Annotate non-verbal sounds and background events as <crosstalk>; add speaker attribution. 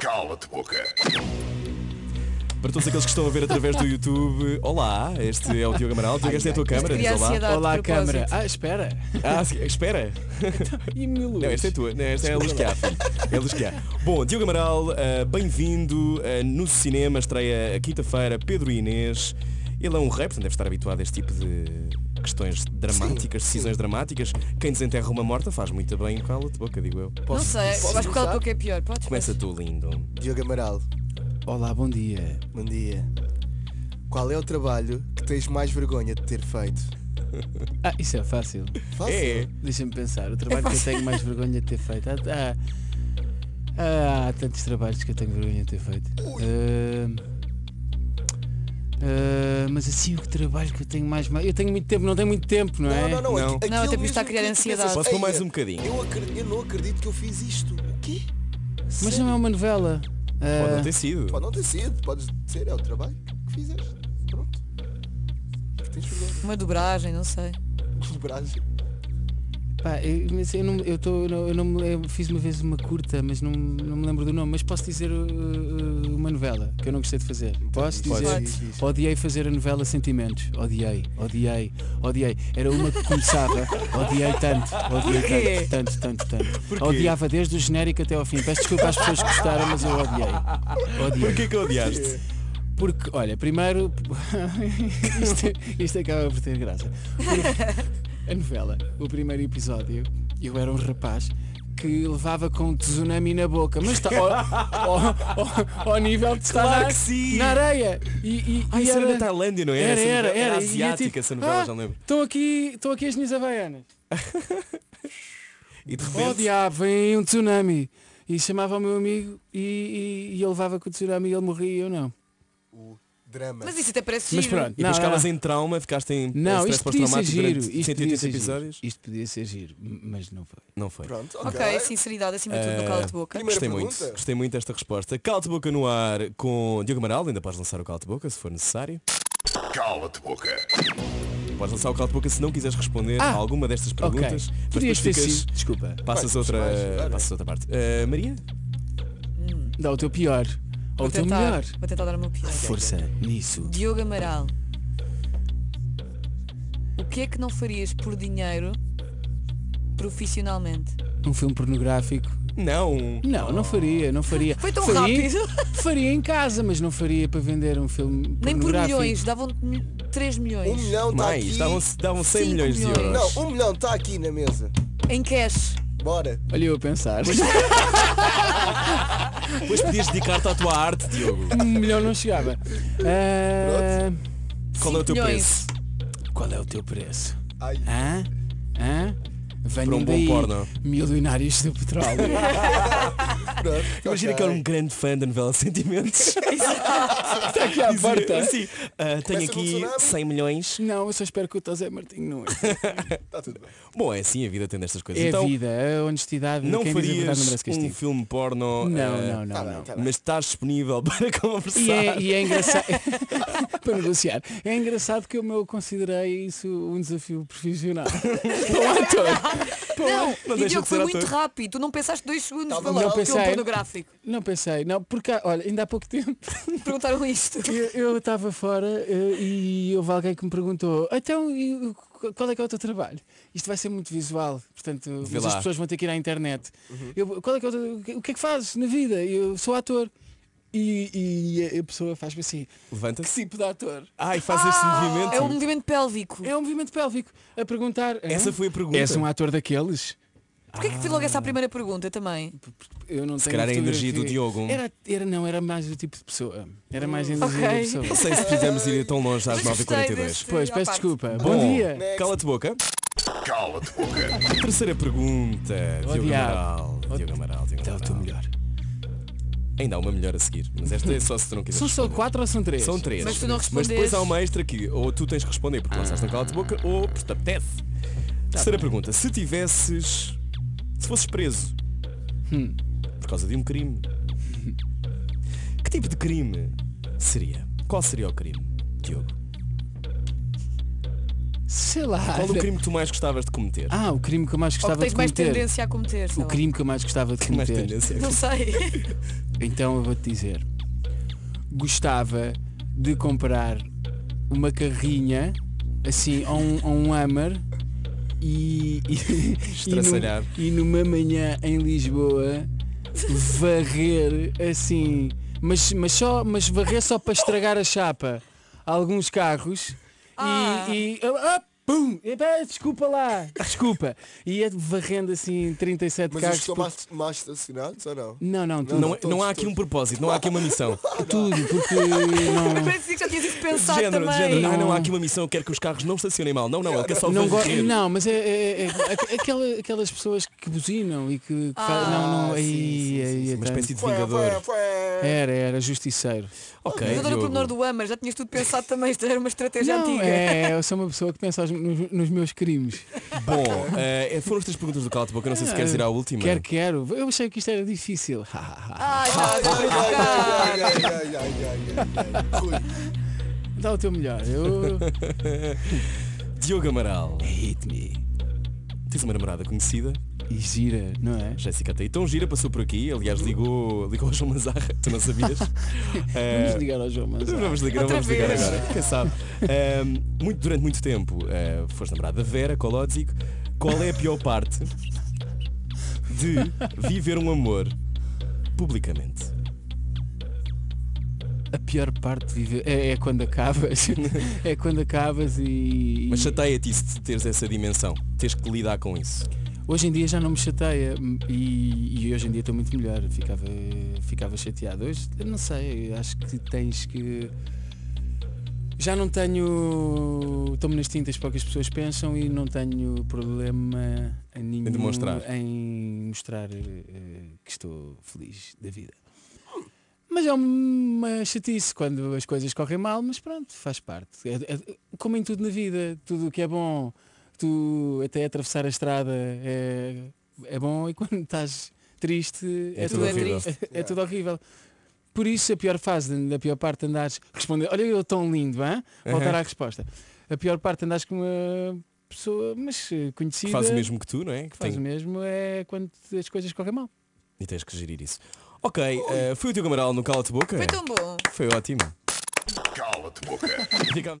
Speaker 1: Cala de boca.
Speaker 2: Para todos aqueles que estão a ver através do YouTube, olá, este é o Diogo Amaral. Diogo, esta é a tua câmara, diz
Speaker 3: cria
Speaker 2: olá.
Speaker 3: ansiedade.
Speaker 4: Olá,
Speaker 3: de propósito.
Speaker 4: câmara. Ah, espera.
Speaker 2: Ah, se- espera.
Speaker 4: E meu luz.
Speaker 2: Não, esta é tua, não, esta é a luz que há, filho. É a luz que há. Bom, Diogo Amaral, ah, bem-vindo ah, no cinema, estreia a quinta-feira, Pedro Inês. Ele é um rei, portanto deve estar habituado a este tipo de questões dramáticas, decisões dramáticas. Quem desenterra uma morta faz muito bem. Cala-te boca, digo eu.
Speaker 3: Não sei, acho que o cala de boca é pior. Podes
Speaker 2: Começa tu, lindo.
Speaker 5: Diogo Amaral,
Speaker 4: Olá, bom dia.
Speaker 5: bom dia. Qual é o trabalho que tens mais vergonha de ter feito?
Speaker 4: Ah, isso é fácil.
Speaker 5: Fácil.
Speaker 2: É,
Speaker 4: Deixa-me pensar. O trabalho que eu tenho mais vergonha de ter feito. Ah, ah, ah, há tantos trabalhos que eu tenho vergonha de ter feito. Ah, ah, mas assim, o trabalho que eu tenho mais. ma- Eu tenho muito tempo, não tenho muito tempo, não é?
Speaker 5: Não, não, não.
Speaker 2: Não.
Speaker 5: aqui-
Speaker 2: Não,
Speaker 5: aquilo
Speaker 3: até porque
Speaker 5: mesmo
Speaker 3: está a
Speaker 5: que
Speaker 3: criar
Speaker 5: tu pensas,
Speaker 3: ansiedade.
Speaker 2: Posso com
Speaker 5: "Ei,
Speaker 2: mais um bocadinho?"
Speaker 5: Eu, acre- eu não acredito que eu fiz isto. O quê?
Speaker 4: Mas não é
Speaker 3: um-
Speaker 4: uma novela. Ah,
Speaker 2: pode não ter sido.
Speaker 5: Pode não ter sido, podes dizer, é o trabalho que fizeste. Pronto. Que tens vergonha. <laughs>
Speaker 3: Uma dobragem, não sei.
Speaker 5: Dobragem.
Speaker 4: Pá, eu, mas eu não, eu tô, eu não, eu não me lembro- eu fiz uma vez uma curta, mas não, não me lembro do nome, mas posso dizer uh, uh, uma novela que eu não gostei de fazer. Posso
Speaker 5: diz,
Speaker 4: dizer?
Speaker 5: diz, diz.
Speaker 4: Odiei fazer a novela Sentimentos. Odiei, odiei, odiei. Era uma que
Speaker 2: <laughs>
Speaker 4: começava, odiei tanto, odiei tanto, tanto, tanto, tanto. Odiava desde o genérico até ao fim. Peço desculpa às pessoas que gostaram, mas eu odiei. Odiei.
Speaker 2: Porquê que odiaste?
Speaker 4: Porque, olha, primeiro <laughs> isto, isto acaba por ter graça. Porque a novela, o primeiro episódio, eu era um rapaz que levava com um tsunami na boca, mas tá, está ao, ao- ao- ao nível de estar
Speaker 2: Claro
Speaker 4: na,
Speaker 2: que sim!
Speaker 4: na areia. E, e,
Speaker 2: Ah,
Speaker 4: e
Speaker 2: isso era da Tailândia, não é?
Speaker 4: Era,
Speaker 2: Essa novela-
Speaker 4: era, era.
Speaker 2: era
Speaker 4: E eu
Speaker 2: asiática
Speaker 4: tipo,
Speaker 2: essa novela,
Speaker 4: "Ah,
Speaker 2: já me lembro.
Speaker 4: Estão aqui, estão aqui as minhas havaianas.
Speaker 2: E de
Speaker 4: Oh
Speaker 2: repente.
Speaker 4: diabo, vem um tsunami. E chamava o meu amigo e, e, e eu levava com o tsunami e ele morria e eu não.
Speaker 5: O drama.
Speaker 3: Mas isso até parece
Speaker 4: Mas
Speaker 3: giro.
Speaker 4: pronto.
Speaker 2: E depois
Speaker 4: Não, não,
Speaker 2: ficavas em trauma, ficaste em em
Speaker 4: Não,
Speaker 2: stress
Speaker 4: isto podia ser
Speaker 2: pós-traumático
Speaker 4: giro.
Speaker 2: durante
Speaker 4: Isto
Speaker 2: 180
Speaker 4: podia ser
Speaker 2: episódios.
Speaker 4: giro. Isto podia ser giro, m- mas não foi.
Speaker 2: Não foi.
Speaker 5: Pronto, ok.
Speaker 3: Ok, sinceridade acima de tudo no
Speaker 2: Eh,
Speaker 3: cala de boca.
Speaker 5: primeiro-
Speaker 2: Gostei
Speaker 5: pergunta.
Speaker 2: muito, gostei muito desta resposta. Calte boca no ar com Diogo Amaral, ainda podes lançar o calte boca se for necessário.
Speaker 1: Cala de boca.
Speaker 2: Podes lançar o calte boca se não quiseres responder a
Speaker 4: Ah,
Speaker 2: alguma destas
Speaker 4: Ok.
Speaker 2: perguntas. Mas
Speaker 4: Podias ter
Speaker 2: depois ficas-
Speaker 4: sido. Desculpa.
Speaker 2: Passas
Speaker 5: Vai,
Speaker 2: outra,
Speaker 5: vais, vai, vai.
Speaker 2: passas outra parte. Eh, Maria?
Speaker 4: Dá o teu pior. Ou
Speaker 3: Vou
Speaker 4: o teu
Speaker 3: tentar,
Speaker 4: melhor.
Speaker 3: vou tentar dar o meu pior.
Speaker 4: Força nisso.
Speaker 3: Diogo Amaral. O que é que não farias por dinheiro profissionalmente?
Speaker 4: Um filme pornográfico.
Speaker 2: Não.
Speaker 4: Não, não faria, não faria.
Speaker 3: Foi tão
Speaker 4: faria,
Speaker 3: rápido.
Speaker 4: Faria em casa, mas não faria para vender um filme
Speaker 3: Nem por
Speaker 4: pornográfico.
Speaker 3: milhões, davam-te 3 milhões.
Speaker 5: Um milhão está
Speaker 2: Mais,
Speaker 5: aqui.
Speaker 2: davam, davam 100
Speaker 3: Cinco
Speaker 2: milhões de
Speaker 3: milhões.
Speaker 2: euros.
Speaker 5: Não, um milhão está aqui na mesa.
Speaker 3: Em cash.
Speaker 5: Bora.
Speaker 4: Olha eu a pensar.
Speaker 2: Depois podias dedicar-te à tua arte, Diogo.
Speaker 4: um milhão não chegava. Ah,
Speaker 2: Qual é o
Speaker 3: Cinco
Speaker 2: teu preço?
Speaker 3: milhões.
Speaker 4: qual é o teu preço?
Speaker 5: Ai.
Speaker 4: Hã? Hã? Venham
Speaker 2: Para um bom
Speaker 4: daí,
Speaker 2: porno.
Speaker 4: milionários do petróleo.
Speaker 2: <laughs>
Speaker 5: Pronto.
Speaker 2: Imagina que eu
Speaker 5: ok.
Speaker 2: era um grande fã da novela
Speaker 4: <laughs>
Speaker 2: Sentimentos. <laughs>
Speaker 4: Está aqui à
Speaker 2: Dizia
Speaker 4: é porta.
Speaker 2: assim, "Ah, tenho
Speaker 5: Começa com
Speaker 2: aqui
Speaker 5: tsunami.
Speaker 2: 100 milhões.
Speaker 4: Não, eu só espero que o José Martinho não é.
Speaker 5: Está tudo bem.
Speaker 2: Bom, é assim, a vida tem destas coisas.
Speaker 4: É
Speaker 2: então,
Speaker 4: a vida, a honestidade.
Speaker 2: não
Speaker 4: quem diz a verdade não
Speaker 2: farias
Speaker 4: merece
Speaker 2: um
Speaker 4: castigo.
Speaker 2: filme porno.
Speaker 4: Não,
Speaker 2: eh,
Speaker 4: não, não.
Speaker 5: Tá
Speaker 4: não.
Speaker 5: bem, tá bem.
Speaker 2: Mas estás disponível <laughs> para conversar.
Speaker 4: E é, e
Speaker 2: <laughs>
Speaker 4: é engraçado <laughs> para negociar. É engraçado que eu meu considerei isso um desafio
Speaker 2: <laughs>
Speaker 4: profissional. para um ator.
Speaker 3: Não,
Speaker 2: não
Speaker 3: e
Speaker 2: deixa
Speaker 3: Diogo
Speaker 2: de ser
Speaker 3: foi muito
Speaker 2: ator.
Speaker 3: rápido. Tu não pensaste dois segundos
Speaker 5: Tava
Speaker 3: para
Speaker 4: mal.
Speaker 3: lá,
Speaker 4: Não
Speaker 3: filme
Speaker 4: pensei.
Speaker 3: pornográfico.
Speaker 4: Não pensei, não, porque há- olha, ainda há pouco tempo
Speaker 3: Perguntaram isto.
Speaker 4: eu- eu estava fora eh, e houve alguém que me perguntou, então e o- qual é que é o teu trabalho? Isto vai ser muito visual, portanto,
Speaker 2: Vê
Speaker 4: mas
Speaker 2: lá. Uhum.
Speaker 4: as pessoas vão ter que ir à internet. Eu, qual é que é o, teu- o que- o que é que fazes na vida? Eu sou ator. E, e a- a pessoa faz-me assim, que
Speaker 2: Levanta-se.
Speaker 4: tipo de ator?
Speaker 2: Ai, faz
Speaker 4: Ah,
Speaker 2: este movimento.
Speaker 3: É um movimento pélvico.
Speaker 4: É um movimento pélvico. A perguntar. "Hã?
Speaker 2: Essa foi a pergunta.
Speaker 4: És um ator daqueles?
Speaker 3: Porquê que fiz logo essa à primeira pergunta também?
Speaker 4: Eu não
Speaker 2: Se
Speaker 4: tenho
Speaker 2: calhar é a energia do
Speaker 4: fotografia.
Speaker 2: Diogo. um-
Speaker 4: Era, era, não, era mais o tipo de pessoa. Era mais a
Speaker 3: Hum,
Speaker 4: energia
Speaker 3: ok. <laughs>
Speaker 4: da
Speaker 2: Não
Speaker 4: pessoa.
Speaker 2: sei se precisamos ir tão longe às
Speaker 3: Mas gostei
Speaker 2: 9h42.
Speaker 3: desse-
Speaker 4: Pois,
Speaker 3: à
Speaker 4: peço
Speaker 3: parte.
Speaker 4: desculpa. Bom dia.
Speaker 2: Cala-te boca.
Speaker 1: Cala de boca.
Speaker 2: Terceira pergunta. Diogo
Speaker 4: diabo.
Speaker 2: Amaral. Diogo Amaral. Diogo
Speaker 4: Dá o
Speaker 2: Amaral.
Speaker 4: teu Tá melhor.
Speaker 2: Ainda há uma melhor a seguir. Mas esta é só se tu não quiseres.
Speaker 4: São só
Speaker 2: responder.
Speaker 4: quatro ou são três?
Speaker 2: São três.
Speaker 3: Mas tu não
Speaker 2: Mas depois
Speaker 3: respondes.
Speaker 2: há uma extra que ou tu tens que responder porque lançaste um cala-te boca ou porque te apetece.
Speaker 3: Tá
Speaker 2: Terceira pergunta. Se tivesses. Se fosses preso
Speaker 3: Hum.
Speaker 2: por causa de um crime. Que tipo de crime seria? Qual seria o crime, Diogo?
Speaker 4: Sei lá.
Speaker 2: Qual o crime que tu mais gostavas de cometer?
Speaker 4: Ah, o crime que eu mais
Speaker 3: Ou que
Speaker 4: gostava
Speaker 3: tens
Speaker 4: de
Speaker 3: mais
Speaker 4: cometer.
Speaker 3: tendência a cometer. sei
Speaker 4: O
Speaker 3: lá.
Speaker 4: crime que eu mais gostava de
Speaker 2: Que mais
Speaker 4: cometer.
Speaker 2: tendência?
Speaker 3: Não sei. <laughs>
Speaker 4: Então eu vou-te dizer. Gostava de comprar uma carrinha, assim, a um, a um Hammer e, e, e,
Speaker 2: Estraçalhar.
Speaker 4: num- e numa manhã em Lisboa varrer assim, mas, mas, só, mas varrer só para estragar a chapa a alguns carros
Speaker 3: Ah.
Speaker 4: e, e ah, pum, Epá, desculpa lá, desculpa. E ia varrendo assim 37
Speaker 5: Mas os
Speaker 4: carros.
Speaker 5: que são
Speaker 4: por-
Speaker 5: mais, mais estacionados ou não?
Speaker 4: Não, não, tudo.
Speaker 2: Não, é-
Speaker 5: todos,
Speaker 2: não há aqui um
Speaker 5: todos.
Speaker 2: propósito, não há aqui uma
Speaker 3: <laughs>
Speaker 2: missão.
Speaker 4: tudo, porque não,
Speaker 3: Parece que já tinhas isso
Speaker 2: De
Speaker 3: pensado
Speaker 2: género, de
Speaker 3: também.
Speaker 2: género. Não,
Speaker 4: Não.
Speaker 2: não há aqui uma missão, eu quero que os carros não estacionem mal. Não, não, ele quer só
Speaker 4: não, go-
Speaker 2: varrer.
Speaker 4: não, mas é, é- é- é- aquela- aquelas pessoas que buzinam e que, que fa-
Speaker 2: Ah,
Speaker 4: não, não, aí, aí, é
Speaker 2: Uma
Speaker 4: tanto.
Speaker 2: espécie de
Speaker 3: é
Speaker 2: vingador.
Speaker 4: era, era justiceiro.
Speaker 2: Ok.
Speaker 3: Eu adoro é o
Speaker 2: Diogo.
Speaker 3: pormenor do Hammer, já tinhas tudo pensado também, isto era uma estratégia
Speaker 4: Não,
Speaker 3: antiga.
Speaker 4: é, eu sou uma pessoa que pensa aos- nos, nos meus crimes.
Speaker 2: Bom, eh, foram as três perguntas do Cala de Boca, não sei se
Speaker 4: Ah,
Speaker 2: queres ir à última.
Speaker 4: Quero, quero. Eu achei que isto era difícil. Ha, ha, ha.
Speaker 3: Ai, Ah, já, já, já, já.
Speaker 4: Dá o teu melhor. Eu...
Speaker 2: Diogo Amaral,
Speaker 4: Hit me.
Speaker 2: tens uma namorada conhecida,
Speaker 4: E gira, não é?
Speaker 2: Jéssica Teitão Gira, passou por aqui, aliás ligou, ligou ao João Mazarra, tu não sabias. Eh,
Speaker 4: <laughs> Vamos ligar ao João Manzano.
Speaker 2: <laughs> Vamos ligar,
Speaker 3: Outra
Speaker 2: vamos ligar
Speaker 3: vez.
Speaker 2: agora. Quem sabe? Ahm, muito, durante muito tempo ah, foste namorada da Vera, Colódzico. Qual é a pior parte de viver um amor publicamente?
Speaker 4: A pior parte de viver é, é quando acabas. <laughs> é quando acabas e.
Speaker 2: Mas
Speaker 4: e-
Speaker 2: chateia-te isso de teres essa dimensão, teres que lidar com isso.
Speaker 4: Hoje em dia já não me chateia hum, e, e hoje em dia estou muito melhor. Ficava, ficava chateado. Hoje, eu não sei, acho que tens que. Já não tenho. Estou-me nas tintas para o que as pessoas pensam e não tenho problema em nenhum
Speaker 2: Em demonstrar.
Speaker 4: em mostrar eh, que estou feliz da vida. Mas é uma chatice quando as coisas correm mal, mas pronto, faz parte. É- é- como em tudo na vida, tudo o que é bom, tu até atravessar a estrada é, é bom e <laughs> quando estás triste é,
Speaker 3: tudo
Speaker 4: tudo,
Speaker 3: horrível.
Speaker 4: é, é tudo horrível. Por isso a pior fase, de- da pior parte de andares responder, olha eu tão lindo, hã? Voltar à resposta. A pior parte de andares com uma pessoa, mas eh,
Speaker 2: Que
Speaker 4: conhecida.
Speaker 2: faz o mesmo que tu, não é?
Speaker 4: que
Speaker 2: Que
Speaker 4: faz
Speaker 2: tem-
Speaker 4: o mesmo é quando as coisas correm mal.
Speaker 2: E tens que gerir isso. Ok, eh, ah, foi o teu Amaral no Cala de Boca?
Speaker 3: Foi tão bom.
Speaker 2: Foi ótimo.
Speaker 1: Cala-te boca.
Speaker 2: Ficamos-